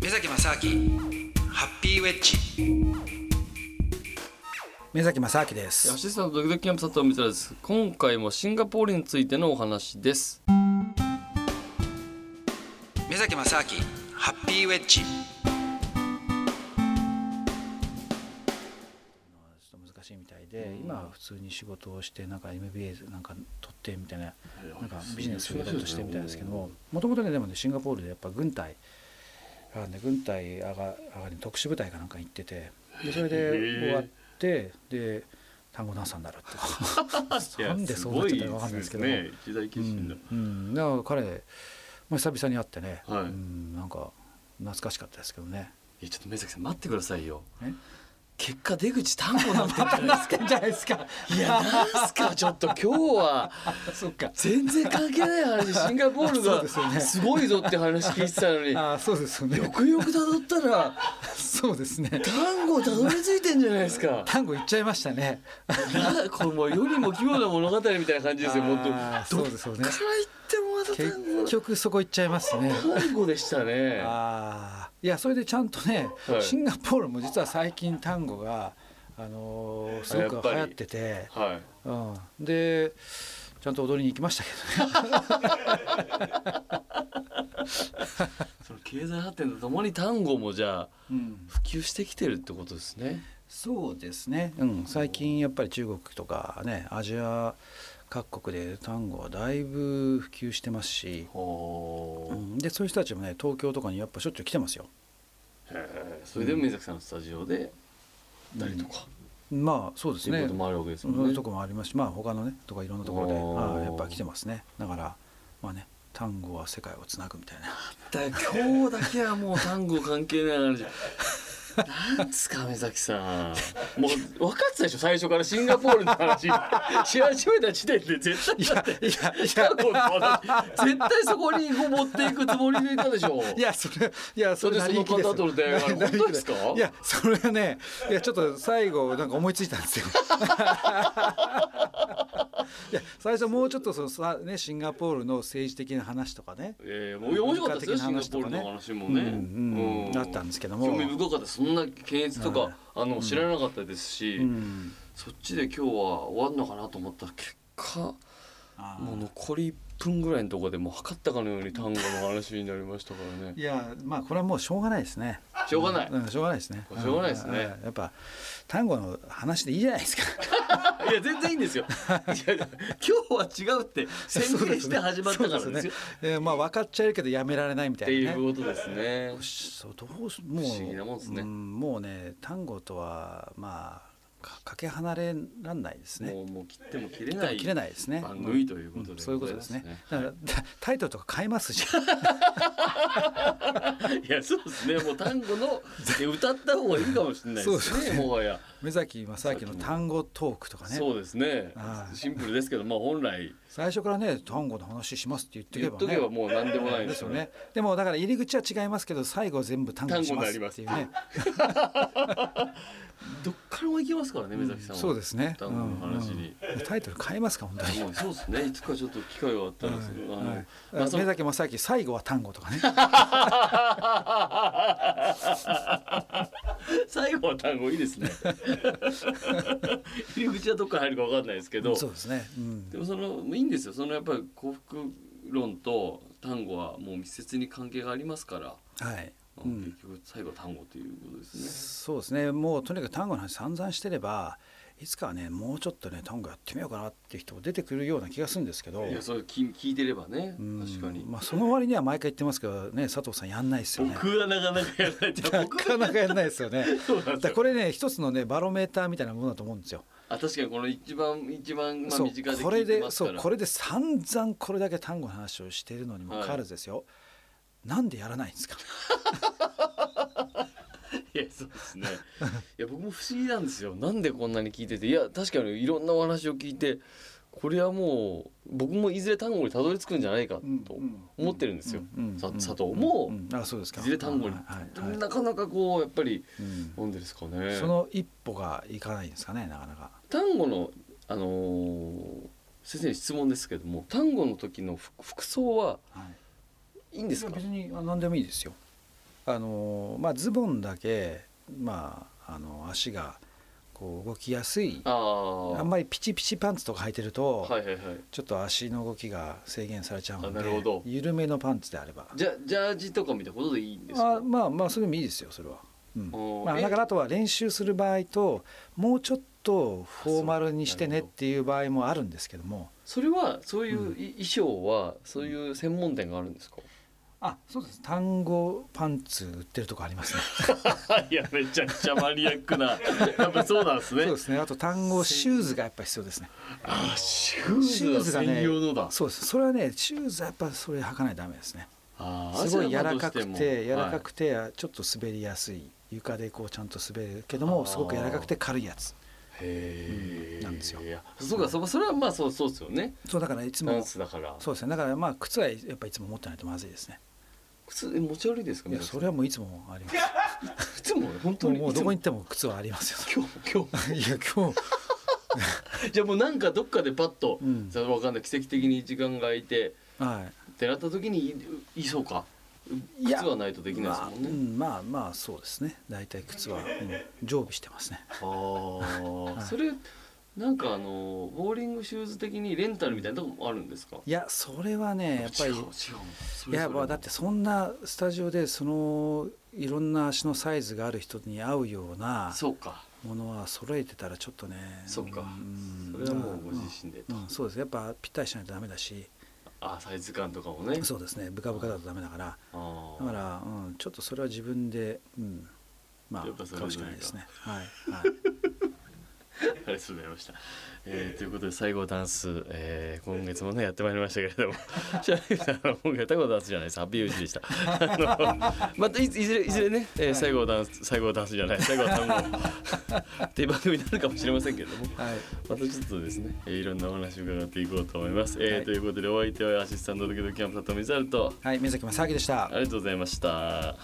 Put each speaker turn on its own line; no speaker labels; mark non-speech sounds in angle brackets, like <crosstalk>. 目崎正明ハッピーウェッジ目崎正明です
アシスタントドキドキキャンプ佐藤光です今回もシンガポールについてのお話です
目崎正明ハッピーウェッジ難しいみたいで、今普通に仕事をしてなんか MBA なんか取ってみたいななんかビジネスをやろうとしてみたいなんですけどももともとねでもねシンガポールでやっぱ軍隊がね軍隊上が上がりの特殊部隊かなんかに行っててでそれで終わってで単語ダンサーになるってなんでそうなっちゃったかわかん <laughs> ないですけども、
ね、一大決心だ、
うんうん、だから彼、まあ、久々に会ってね、
はい
うん、なんか懐かしかったですけどね。
いやちょっと目崎さん待ってくださいよ
え
結果出口単語なってたんじゃないですか
<laughs> じゃないですか。
いやなんすかちょっと今日 <laughs> は
そっか。
全然関係ない話シンガポール
そうですよね
がすごいぞって話聞いてたの <laughs> に
あー、そうですよね。
よくよく辿ったら
そうですね。
単語たどり着いてんじゃないですか
単語言っちゃいましたね。
なこれもう世にも奇妙な物語みたいな感じですよ本当
あーそうですよね
どっ。から行ってもまた単語
結局そこ行っちゃいますね。
単語でしたね
ああ、いやそれでちゃんとね、
はい
シンガポールも実は最近単語があのーす
や
ごく
っぱ
流
り
行ってて、
はい
うん、でちゃんと踊りに行きましたけどね。
その経済発展とともに単語もじゃあ
うん、
普及してきてるってことですね。
そうですね。うん、最近やっぱり中国とかね、アジア各国で単語はだいぶ普及してますし、
お
う
ー
ん、でそういう人たちもね、東京とかにやっぱしょっちゅう来てますよ。
へーそれで水崎さんのスタジオで誰とか
まあそうで
仕
すね
事。もあるわけです
そ
も
うんい
ね
うと。こもありますし、まあ他のねとかいろんなところで、
あー
ああやっぱ来てますね。だからまあね、単語は世界をつなぐみたい
<laughs>
な。
だから今日だけはもう単語関係ない <laughs> 話。なんですか目崎さんもう分かってたでしょ最初からシンガポールの <laughs> 話し始めた時点で絶対だって単語の話絶対そこに持っていくつもりでいたでしょ
いやそれいや
それでそ
成り
の
行き
方との出会いがある
成り行
本当
き
ですか
いやそれがねいやちょっと最後なんか思いついたんですよ。 <laughs> いや最初もうちょっとそのさねシンガポールの政治的な話とかね。
ええもう面白かったですよ、シン
文
ガ
化
ポ
的
ー
な
ル
話とかね
の話もね。
うんうんだったんですけども
興味深かった、そんな検閲と
は
か
い、
あの、知らなかったですし、
うん。
そっちで今日は終わるのかなと思ったら、結果。
あー
もう残り1分ぐらいのところでもう測ったかのように単語の話になりましたからね
い。やまあこれはもうしょうがないですね。
しょうがない。
うんしょうがないですね。
しょうがないですね
んやっぱ単語の話でいいじゃないですか。
いや、全然いいんですよ。いや <laughs> 今日は違うって宣言して始まったからです
そう
よ。
ねえーまあ分かっちゃうけどやめられないみた
って
いな
いう
ね。
ことですね。
そうどうしもう
不思議なもんですね
うんもうね単語とはまあかかけ離れらんないですね。
もう、もう切っても切れない。
切れないですね。
番組ということで
うんそういうことですね
ございま。
だからたタイトルとか変えますじゃ
<laughs>
ん。
いやそうですねもう単語 <laughs> ので歌った方がいいかもしれないです
そうで
ね
すね
もはや、
目崎正明の単語トークとかね。
そうですね
はい
シンプルですけどまあ本来
最初からね単語の話しますって言って
言
け
っ
ば
と
ね
けば。もう何でもないで
ですす
よ
よ
ね
ね。でもだから入り口は違いますけど最後全部単語にしますっていうね。
どっからも行きますからね目崎さんは、
そうですね。
単語の話に、
うんうんタイトル変えますか本当に。
<laughs> もうそうですねいつかちょっと機会があったらですね、あの、
はい
まあそ
目
の
崎正明最後は単語とかね
<laughs> 最後は単語いいです <laughs> ね入り口はどっから入るかわかんないですけ <laughs> ど
そうですね、うん
でもそのいいんですよそのやっぱり幸福論と単語はもう密接に関係がありますから、
はい、
まあ
うん
結局最後単語ということですね。
そうですねもうとにかく単語の話散々してればいつかはねもうちょっとね単語やってみようかなっていう人も出てくるような気がするんですけど
いやそれ聞聞いてればね
うん
確かに。
まあ、その割には毎回言ってますけどね佐藤さんやんないですよね
僕はなかなかやらないじゃあ
な
僕
かなかやんないですよね
<laughs> そうなん
だ
です
から
よ
これね一つのねバロメーターみたいなものだと思うんですよ、
<laughs> あ確かにこの一番一番まあ
そう
身近で
こ
聞
れ
いて
で
ますか
そう
ら。
これで散々これだけ単語の話をしているのにもかかわらずですよ、なんでやらないんですか
いやそうですね。 <laughs> いや僕も不思議なんですよ。なんでこんなに聞いてていや確かにいろんなお話を聞いてこれはもう僕もいずれ単語にたどり着くんじゃないかと思ってるんですよ。さ佐藤も
うんあそうですか
いずれ単語に
はいはいはい
なかなかこうやっぱり
うん
なんでですかね。
その一歩がいかないんですかねなかなか
単語の、あのー先生に質問ですけども単語の時の服服装は
はい
いいんですか
別にあ何でもいいですよあのまあズボンだけまああの足がこう動きやすい
あ
あんまりピチピチパンツとか履いてると、
りはいはいはい
ちょっと足の動きが制限されちゃうの
あなるほど
で緩めのパンツであれば
じゃジャージとかみたいなことでいいんですか
あまあまあそれもいいですよそれは、うん
おー
まあ、
え
だからあとは練習する場合ともうちょっとフォーマルにしてねっていう場合もあるんですけども
それはそういう
うん
い衣装はそういう専門店があるんですか、
あそうです単語パンツ売ってるとこあり
<laughs>
ますね
いやめちゃくちゃマニアックなやっぱそうなんです
そうですねあと単語シューズがやっぱ必要ですね
あシューズが専用のだ、
そうですそれはねシューズはやっぱそれ履かないとダメですね
あー
すごい柔らかく
汗はどうしても
て柔ら
は
か
い
くてちょっと滑りやすい床でこうちゃんと滑るけど
あー
もすごく柔らかくて軽いやつ
へえ
なんですよ
いやそうかそうかそれはまあそうそうですよね
そうだからいつ
ダ
も
ンスだから
そうですねだからまあ靴はやっぱいつも持ってないとまずいですね
靴持ち悪いですか
いや
皆さ
そ
ん
れはもういつもあります
いつも本当
もう
に
もうどこに行っ
い
ても靴はありますよ
つも今日今
いや今日
日 <laughs> じゃあもうなんかどっかでパッと、
うん
さわかんない奇跡的に時間が空いて
は
ってなった時にいいそうか
いい
靴はないとできないですもんね、
まあ、うん、まあまあそうですね大体靴は、うん常備してますね
あーそれなんかあのボーリングシューズ的にレンタルみたいなとこもあるんですか
いやそれはねやっぱり
違う違うそ
い
れ
や
それ
まあだってそんなスタジオでそのいろんな足のサイズがある人に合うような
そうか
ものは揃えてたらちょっとね
そうか
ん
それはもうご自身でと
うんうんそうですやっぱぴったりしないとダメだし
あサイズ感とかもね
そうですねブカブカだとダメだから
あ
だから、うん、ちょっとそれは自分で、うん、まあ
やっぱそれ
買うし
じゃ
か
な
ないい
か
ですねはい、はい
ありがとうございました、えーということで最後ダンス、えー今月もねやってまいりましたけれ
<laughs>
どもじゃああの今回タコダンスじゃないですハッピーユージでしたあのまたいいずれいずれね、えー最後ダンス最後ダンスじゃない最後単語っていう番組になるかもしれませんけれども
はい、
またちょっとですね、えーいろんなお話を伺っていこうと思います、えー
はい
ということでお相手はアシスタントドキドキキャンプ佐藤水原と
はい、宮崎正明でした
ありがとうございました